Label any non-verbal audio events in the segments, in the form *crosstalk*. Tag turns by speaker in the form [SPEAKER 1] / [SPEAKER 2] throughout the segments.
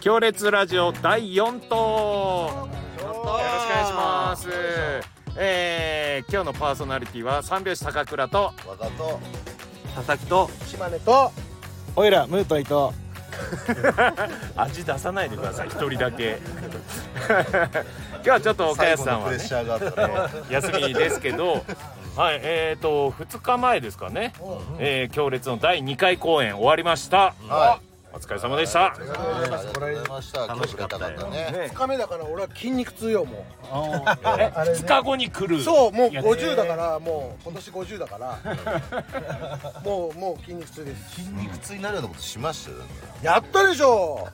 [SPEAKER 1] 強烈ラジオ第4党よろしくお願いしますえー、今日のパーソナリティは三拍子高倉と
[SPEAKER 2] 和田と
[SPEAKER 3] 佐々木と
[SPEAKER 2] 島根と
[SPEAKER 4] おいらムートイと
[SPEAKER 1] 味出さないでください一人だけ *laughs* 今日はちょっと岡安さんは、
[SPEAKER 2] 最後のプレッ
[SPEAKER 1] ね、
[SPEAKER 2] シャーがあったね
[SPEAKER 1] 休みですけどはいえー、と2日前ですかね、えー、強烈の第2回公演終わりました、
[SPEAKER 2] は
[SPEAKER 1] お疲れ様でした、
[SPEAKER 2] いありがとうございました
[SPEAKER 3] 楽しかったよ
[SPEAKER 2] 来てくれね
[SPEAKER 1] ね
[SPEAKER 5] 2日目だから俺は筋肉痛よも
[SPEAKER 1] え2日後に来る
[SPEAKER 5] うそうもう
[SPEAKER 1] やつ
[SPEAKER 5] 50だからもう今年50だからもうもう筋肉痛です
[SPEAKER 2] 筋肉痛になるようなことしましたよね
[SPEAKER 5] やったでしょ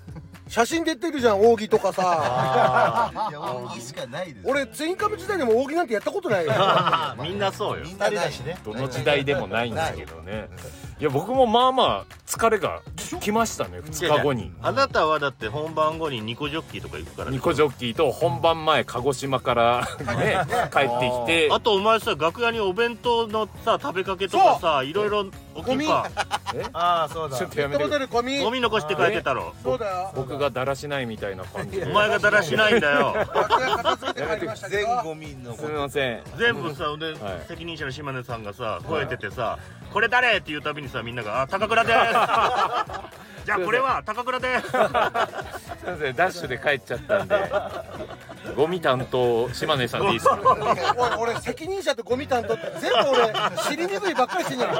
[SPEAKER 5] 写真出てるじゃん扇とかさ
[SPEAKER 2] いや大きいしかないです
[SPEAKER 5] 俺ツインカム時代でも扇なんてやったことないよ
[SPEAKER 3] *laughs* みんなそうよ
[SPEAKER 2] みんなないしね
[SPEAKER 1] どの時代でもないんですけどねいや僕もまあまあ疲れがきましたね2日後に
[SPEAKER 3] あなたはだって本番後にニコジョッキーとか行くからね
[SPEAKER 1] ニコジョッキーと本番前鹿児島からね *laughs* 帰ってきて
[SPEAKER 3] あとお前さ楽屋にお弁当のさ食べかけとかさいろいろ置
[SPEAKER 5] ゴ
[SPEAKER 3] き
[SPEAKER 5] ミ
[SPEAKER 3] か
[SPEAKER 4] ああそう
[SPEAKER 1] ちょっとや
[SPEAKER 5] ペ
[SPEAKER 1] め
[SPEAKER 5] ット
[SPEAKER 1] て
[SPEAKER 5] ボ
[SPEAKER 1] くれ
[SPEAKER 5] トルゴミ
[SPEAKER 3] ゴミ残して帰ってたろ
[SPEAKER 5] そうだよ
[SPEAKER 1] 僕がだらしないみたいな感じで
[SPEAKER 3] お前がだらしないんだよ
[SPEAKER 5] 楽屋片付けて帰りましたけど
[SPEAKER 2] 全ゴミの
[SPEAKER 1] すみません
[SPEAKER 3] *laughs* 全部さで
[SPEAKER 1] はい
[SPEAKER 3] 責任者の島根さんがさ吠えててさ「これ誰?」って言うたびにさみんなが「あ高倉です」「じゃあこれは高倉です」
[SPEAKER 1] すみませんダッシュで帰っちゃったんで *laughs* ゴミ担当島根さんでいい *laughs* ですか
[SPEAKER 5] おい俺責任者とゴミ担当って全部俺尻拭いばっかりしてんじゃん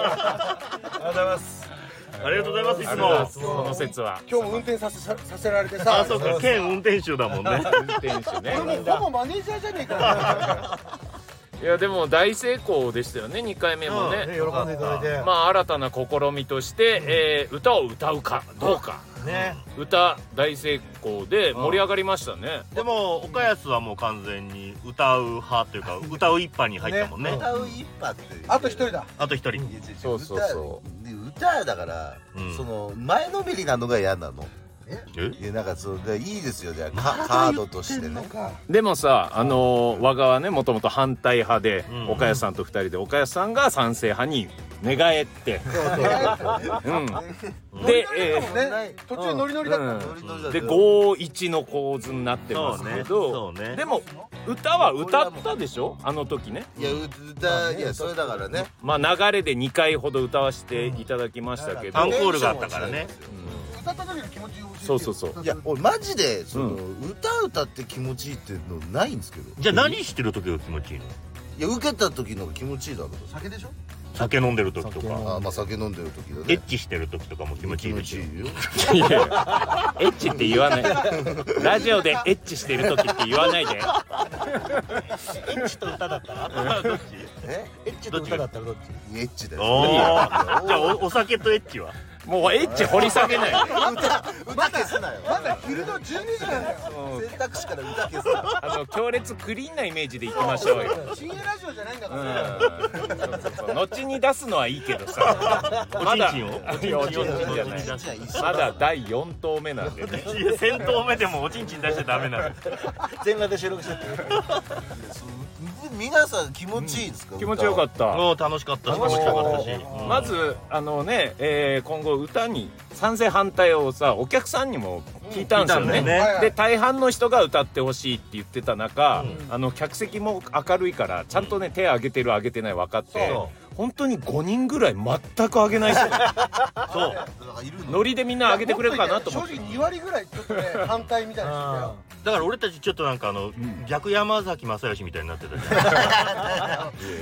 [SPEAKER 3] ありがとうございますいつ
[SPEAKER 1] あ
[SPEAKER 3] も
[SPEAKER 1] その説 *laughs* は
[SPEAKER 5] 今日も運転させささせられてさ
[SPEAKER 3] あそうか兼運転手だもんね
[SPEAKER 1] 運転手ね
[SPEAKER 5] 俺もうほぼマネージャーじゃねえか
[SPEAKER 1] いやでも大成功でしたよね2回目もね、
[SPEAKER 4] 喜んでいただいて
[SPEAKER 1] まあ新たな試みとして、えー歌を歌うかどうか
[SPEAKER 4] ね
[SPEAKER 1] 歌大成功で盛り上がりましたね
[SPEAKER 3] でも岡安はもう完全に歌う派というか歌う一派に入ったもんね
[SPEAKER 2] 歌う一派って
[SPEAKER 5] あと一人だ
[SPEAKER 3] あと一人
[SPEAKER 1] そうそうそう
[SPEAKER 2] 歌歌だから、
[SPEAKER 3] うん
[SPEAKER 2] その前のめりなのが嫌なの
[SPEAKER 3] え
[SPEAKER 2] いやなんかそうでいいですよねカカードとしてね
[SPEAKER 1] でもさあのー和川ねもともと反対派で、
[SPEAKER 3] うん
[SPEAKER 1] 岡安さんと2人で岡安さんが賛成派に寝返って、
[SPEAKER 2] *laughs*
[SPEAKER 1] うん、で、えー
[SPEAKER 5] ね途中ノリノリだった
[SPEAKER 1] うん
[SPEAKER 2] ノリノリだ
[SPEAKER 1] で51の構図になってますけ
[SPEAKER 3] そ
[SPEAKER 1] ど、
[SPEAKER 3] うねそうね
[SPEAKER 1] でも歌は歌ったでしょあの時ね
[SPEAKER 2] いや歌いやそれだからね
[SPEAKER 1] まあ流れで2回ほど歌わせていただきましたけど、
[SPEAKER 3] アンコールがあったからね
[SPEAKER 5] 歌った時の気持ちを教えて
[SPEAKER 1] そうそうそう
[SPEAKER 2] いや俺マジでその、歌歌って気持ちいいってのないんですけど
[SPEAKER 3] じゃあ何してる時が気持ちいいの
[SPEAKER 2] いや受けた時の方が気持ちいいだろう
[SPEAKER 5] 酒でしょ
[SPEAKER 3] 酒飲んでる時と
[SPEAKER 4] 酒飲ん
[SPEAKER 3] か
[SPEAKER 2] あまあ酒飲んでる時だ
[SPEAKER 3] エ
[SPEAKER 2] ね
[SPEAKER 3] ッチしてる時とかも気持ちいいでしょ
[SPEAKER 2] 気持ちいいよ
[SPEAKER 1] いやいやエッチって言わないラジオでエッチしてる時って言わないで
[SPEAKER 2] え
[SPEAKER 4] エッチと歌だったらどっち
[SPEAKER 2] エッチだ
[SPEAKER 3] お
[SPEAKER 2] よ
[SPEAKER 3] おじゃあおお酒とエッチは
[SPEAKER 1] もうエッチ掘り下げない
[SPEAKER 2] 歌消すなよ
[SPEAKER 5] まだ昼の12時なんだよ
[SPEAKER 2] 選択肢から歌消すなよ
[SPEAKER 1] あの強烈クリーンなイメージでいきましょうよ
[SPEAKER 5] 深夜ラジオじゃないんだか
[SPEAKER 1] う
[SPEAKER 5] ら
[SPEAKER 1] ん
[SPEAKER 5] ね
[SPEAKER 1] そうそうそう後に出すのはいいけどさ
[SPEAKER 3] お
[SPEAKER 1] ま
[SPEAKER 3] ちん
[SPEAKER 1] だ
[SPEAKER 3] ちんを
[SPEAKER 1] いやおちんちんじゃない
[SPEAKER 2] じゃあ一緒
[SPEAKER 1] まだ第4投目なんでね
[SPEAKER 3] いや戦闘目でもおちんちん出しちゃダメなの
[SPEAKER 4] 全裸で収録してて
[SPEAKER 2] 皆さん気持ちいいですか、
[SPEAKER 1] 気持ちよかった
[SPEAKER 3] もう楽しかったし
[SPEAKER 4] 楽
[SPEAKER 3] 面
[SPEAKER 4] しか
[SPEAKER 3] 白
[SPEAKER 4] った
[SPEAKER 3] かったしうん
[SPEAKER 1] まずあのね、えー今後歌に賛成反対をさお客さんにも聞いたんですよね,、
[SPEAKER 3] 聞いたんだよ
[SPEAKER 5] ね
[SPEAKER 1] で大半の人が歌ってほしいって言ってた中、あの客席も明るいからちゃんとね手挙げてる挙げてない分かって
[SPEAKER 3] そ
[SPEAKER 1] 本当に5人ぐらい全く上げない人
[SPEAKER 3] そう
[SPEAKER 2] だからいるの
[SPEAKER 1] ノリでみんな上げてくれるかなと思って
[SPEAKER 5] 正直2割ぐらいちょっとね反対みたいな人だよ
[SPEAKER 3] だから俺たちちょっとなんかあの逆山崎正義みたいになってたじ
[SPEAKER 4] そう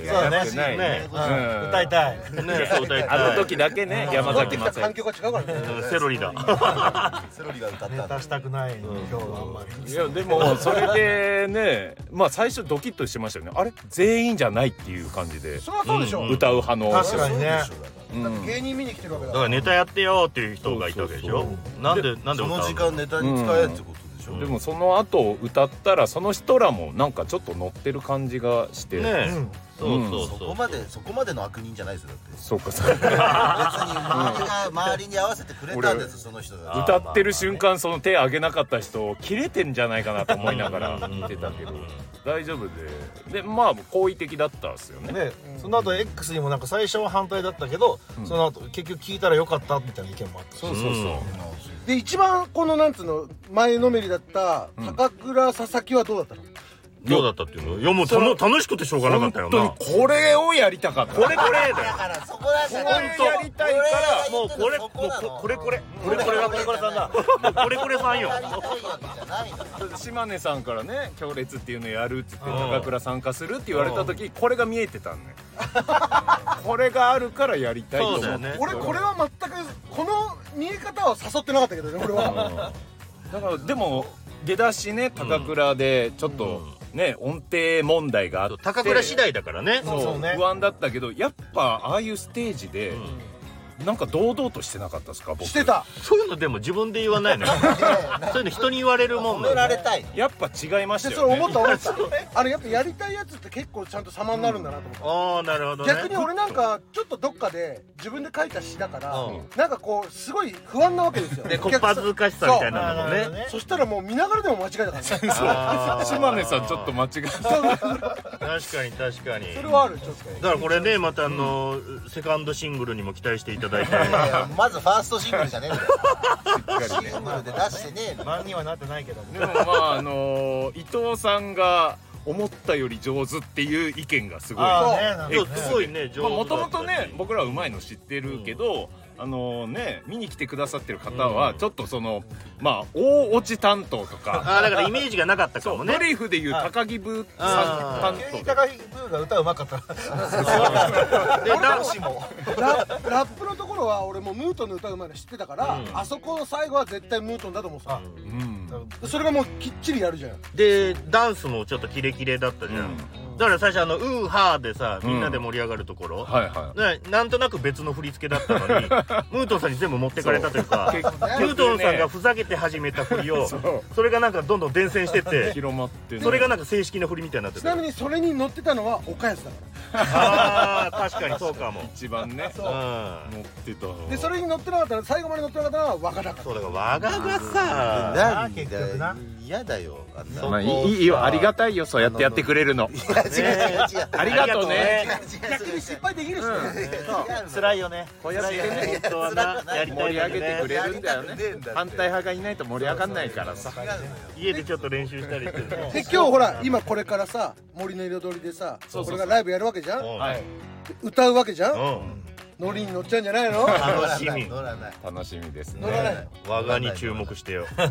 [SPEAKER 1] や
[SPEAKER 4] だ
[SPEAKER 1] って
[SPEAKER 4] ね
[SPEAKER 1] ない
[SPEAKER 3] ね
[SPEAKER 1] うん
[SPEAKER 4] 歌いたい
[SPEAKER 3] ゃんねそう歌い
[SPEAKER 1] あ
[SPEAKER 3] た
[SPEAKER 1] の
[SPEAKER 3] い
[SPEAKER 1] 時だけね山
[SPEAKER 5] 戻っ
[SPEAKER 1] 崎
[SPEAKER 5] てき
[SPEAKER 1] ま
[SPEAKER 5] た
[SPEAKER 1] さ
[SPEAKER 5] 環境が違うからね
[SPEAKER 3] うんセロリだ
[SPEAKER 2] セロリが歌った
[SPEAKER 4] ネ
[SPEAKER 2] んだ
[SPEAKER 4] タしたくない今日はあんまり
[SPEAKER 1] いやでもそれでねまあ最初ドキッとしましたよねあれ全員じゃないっていう感じで
[SPEAKER 5] それはそうでしょ、
[SPEAKER 3] うん
[SPEAKER 1] 歌う派の
[SPEAKER 4] 確かにね
[SPEAKER 2] そうでしょだから
[SPEAKER 1] うん
[SPEAKER 5] 芸人見に来てるわけだか
[SPEAKER 3] だかららネタやってよっていう人がいたわけでしょなんでなん
[SPEAKER 2] そ
[SPEAKER 3] で歌う
[SPEAKER 2] の
[SPEAKER 3] の
[SPEAKER 2] 時間ネタに使えってことでしょ、
[SPEAKER 1] でもその後歌ったらその人らもなんかちょっと乗ってる感じがして、
[SPEAKER 3] ね
[SPEAKER 4] うん
[SPEAKER 3] そうそう
[SPEAKER 2] そ
[SPEAKER 3] そう
[SPEAKER 2] こまでそこまでの悪人じゃないですよだって
[SPEAKER 1] そうか *laughs* そうか
[SPEAKER 2] 別に周りが周りに合わせてくれたんですその人が
[SPEAKER 3] あ
[SPEAKER 1] 歌ってる瞬間その手上げなかった人切れてんじゃないかなと思いながら見てたけど大丈夫ででまあ好意的だったんですよね
[SPEAKER 4] でその後 X にもなんか最初は反対だったけど、その後結局聞いたらよかったみたいな意見もあったし
[SPEAKER 1] そうそうそう、
[SPEAKER 2] あそう
[SPEAKER 5] で一番このなんつうの前のめりだった高倉佐々木はどうだったの、
[SPEAKER 3] どうだったっていうのいやもうたの楽しくてしょうがなかったよな
[SPEAKER 1] 本
[SPEAKER 3] こ
[SPEAKER 1] 当にこれをやりたかった
[SPEAKER 3] れこれだよ
[SPEAKER 2] だからそこだ
[SPEAKER 1] これやりたいから
[SPEAKER 3] もうこれもうここれこれこれこれこれこれさんだこれこれさんよ
[SPEAKER 1] 島根さんからね強烈っていうのやるって言
[SPEAKER 3] うん
[SPEAKER 1] って高倉参加するって言われた時これが見えてたん *laughs* ねこれがあるからやりたいと思って
[SPEAKER 3] そうだよね
[SPEAKER 5] 俺これは全くこの見え方は誘ってなかったけどね俺は
[SPEAKER 1] だからでも出だしね高倉でちょっとね、音程問題があって
[SPEAKER 3] 高倉次第だからね
[SPEAKER 1] そう
[SPEAKER 4] そうね
[SPEAKER 1] 不安だったけどやっぱああいうステージで、なんか堂々としてなかったですか僕
[SPEAKER 5] してた
[SPEAKER 3] そういうのでも自分で言わないのよそういうの人に言われるもん
[SPEAKER 2] 褒めら
[SPEAKER 3] なの
[SPEAKER 2] れたい
[SPEAKER 1] やっぱ違いまし
[SPEAKER 5] で
[SPEAKER 1] た
[SPEAKER 5] それ
[SPEAKER 1] よ
[SPEAKER 5] 思
[SPEAKER 1] ね
[SPEAKER 5] った俺あれやっぱやりたいやつって結構ちゃんと様になるんだなと思った、
[SPEAKER 3] ああなるほどね
[SPEAKER 5] 逆に俺なんかちょっとどっかで自分で書いた詩だから、
[SPEAKER 3] うん
[SPEAKER 5] なんかこうすごい不安なわけですよ
[SPEAKER 3] で
[SPEAKER 5] お
[SPEAKER 3] こっ
[SPEAKER 5] 客さ
[SPEAKER 3] ぱ
[SPEAKER 5] ん
[SPEAKER 3] ずかしさみたいなのも
[SPEAKER 4] なる
[SPEAKER 3] ね
[SPEAKER 4] ほどね
[SPEAKER 5] そしたらもう見ながらでも間違えたからねそう
[SPEAKER 3] あー
[SPEAKER 1] 島根さんちょっと間違えた
[SPEAKER 3] 確かに確かに
[SPEAKER 5] それはあるちょっと
[SPEAKER 3] だからこれねまたあの、セカンドシングルにも期待していただいて
[SPEAKER 2] いやいやまずファーストシングルじゃねえんだよシングルで出してねえの
[SPEAKER 4] 間にはなってないけども
[SPEAKER 1] でもまああのー伊藤さんが思ったより上手っていう意見がすごい
[SPEAKER 4] ああねなんかね
[SPEAKER 3] そうすごいね上手
[SPEAKER 1] もと
[SPEAKER 3] だ
[SPEAKER 1] も
[SPEAKER 3] った
[SPEAKER 1] と
[SPEAKER 3] し
[SPEAKER 1] ね僕らうまいの知ってるけど、あのね見に来てくださってる方は
[SPEAKER 3] うん
[SPEAKER 1] ちょっとその、まあ大落ち担当とか
[SPEAKER 3] ああだからイメージがなかったかもね
[SPEAKER 1] ドリフでいう高木ブーさ
[SPEAKER 3] あ
[SPEAKER 1] ん担
[SPEAKER 4] 急に
[SPEAKER 1] 当
[SPEAKER 4] 高木ブーが歌うまかった
[SPEAKER 5] ララ
[SPEAKER 3] で *laughs* だ
[SPEAKER 5] ップのところは俺もムートンの歌うまいの知ってたから、
[SPEAKER 3] うん
[SPEAKER 5] あそこの最後は絶対ムートンだと思ってた
[SPEAKER 4] あ
[SPEAKER 1] うん
[SPEAKER 5] それがもうきっちりやるじゃん
[SPEAKER 3] でダンスもちょっとキレキレだったじゃん、だから最初あの「ウーハー」でさみんなで盛り上がるところ、
[SPEAKER 1] はいは
[SPEAKER 3] ねなんとなく別の振り付けだったのにムートンさんに全部持ってかれたというか
[SPEAKER 1] そう
[SPEAKER 3] ムートンさんがふざけて始めた振りを
[SPEAKER 1] う
[SPEAKER 3] それがなんかどんどん伝染してっ
[SPEAKER 1] い
[SPEAKER 3] て
[SPEAKER 1] 広まってね
[SPEAKER 3] それがなんか正式な振りみたいになって
[SPEAKER 5] ち
[SPEAKER 3] た
[SPEAKER 5] なみにそれに乗ってたのは岡安だか
[SPEAKER 3] あー確かにそうかも
[SPEAKER 1] 一番ね
[SPEAKER 3] う、ん、
[SPEAKER 1] 乗ってた
[SPEAKER 5] らでそれに乗ってなかったら最後まで乗ってなかったのは若だか
[SPEAKER 3] そうだから我ががさ
[SPEAKER 2] なん
[SPEAKER 4] 結局な
[SPEAKER 2] だ嫌だよあんな
[SPEAKER 1] まあいいいいよありがたいよそうやってやってくれるの
[SPEAKER 2] いや違う違う違う
[SPEAKER 1] ありがとうね
[SPEAKER 5] ら逆に失敗できるしね、
[SPEAKER 4] 辛いよね
[SPEAKER 1] こうやってね
[SPEAKER 3] 本当はなやりた
[SPEAKER 1] 盛
[SPEAKER 3] い
[SPEAKER 1] り
[SPEAKER 3] よ
[SPEAKER 1] 上げてく
[SPEAKER 3] ね
[SPEAKER 1] れるんだよね反対派がいないと盛り上がんないからさ
[SPEAKER 3] 家でちょっと練習したりしてる
[SPEAKER 5] で今日ほら今これからさ森の彩りでさ
[SPEAKER 1] そうそうそう
[SPEAKER 5] これがライブやるわけじゃん
[SPEAKER 3] うん
[SPEAKER 1] はい
[SPEAKER 5] で歌うわけじゃん
[SPEAKER 3] うん
[SPEAKER 5] ノリに乗っちゃうんじゃないの
[SPEAKER 3] 楽しみ
[SPEAKER 2] 乗らない
[SPEAKER 1] 楽しみです
[SPEAKER 5] 乗らないの
[SPEAKER 3] 我がに注目してよ
[SPEAKER 2] もう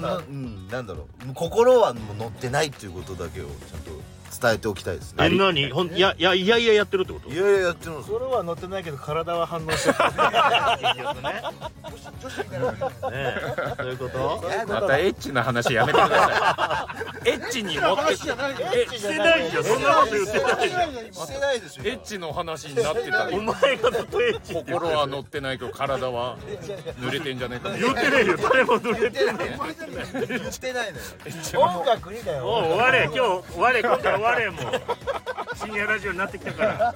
[SPEAKER 2] のうんなんだろう心はもう乗ってないっていうことだけをちゃんと伝えておきたいです
[SPEAKER 3] え
[SPEAKER 2] ね
[SPEAKER 3] 何ほんいやいやいやいややってるってこと
[SPEAKER 2] いやいややってるんですよ
[SPEAKER 4] それは乗ってないけど体は反応してる
[SPEAKER 3] 結局ねねえそういうこと
[SPEAKER 1] またエッチな話やめてください *laughs* エッチに持ってきてえ
[SPEAKER 3] してないよそんなこと言ってないじゃん
[SPEAKER 2] してないでしょ
[SPEAKER 1] エッチの話になってた
[SPEAKER 3] お
[SPEAKER 1] よ
[SPEAKER 3] 前がずっとエッチって言って
[SPEAKER 1] 心は乗ってないけど体は濡れてんじゃないか
[SPEAKER 3] 言ってないよ誰も濡れてない
[SPEAKER 2] 言ってないのよ
[SPEAKER 4] 音楽にだよ
[SPEAKER 3] おう終われ今日終われ今回終われもう深夜ラジオになってきたから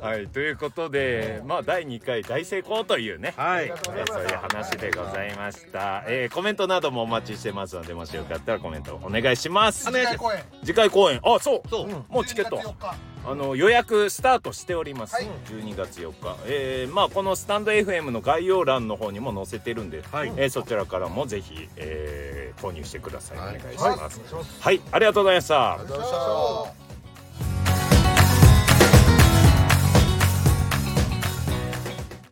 [SPEAKER 1] はいということでまあ第2回大成功というね
[SPEAKER 3] はい
[SPEAKER 1] えーそういう話でございました、えーコメントなどもお待ちしてますのでもしよかったらコメントお願いします
[SPEAKER 5] 次回公演
[SPEAKER 1] 次回公演あそう
[SPEAKER 3] そう
[SPEAKER 1] うんもうチケット
[SPEAKER 5] 12月4日
[SPEAKER 1] あの予約スタートしております、
[SPEAKER 5] はい
[SPEAKER 1] 12月4日、えーまあ、このスタンド FM の概要欄の方にも載せてるんで、
[SPEAKER 3] はい
[SPEAKER 1] えーそちらからもぜひ、えー購入してください、お願いし
[SPEAKER 4] はい
[SPEAKER 1] ますはい、ありがとうございました
[SPEAKER 2] どうした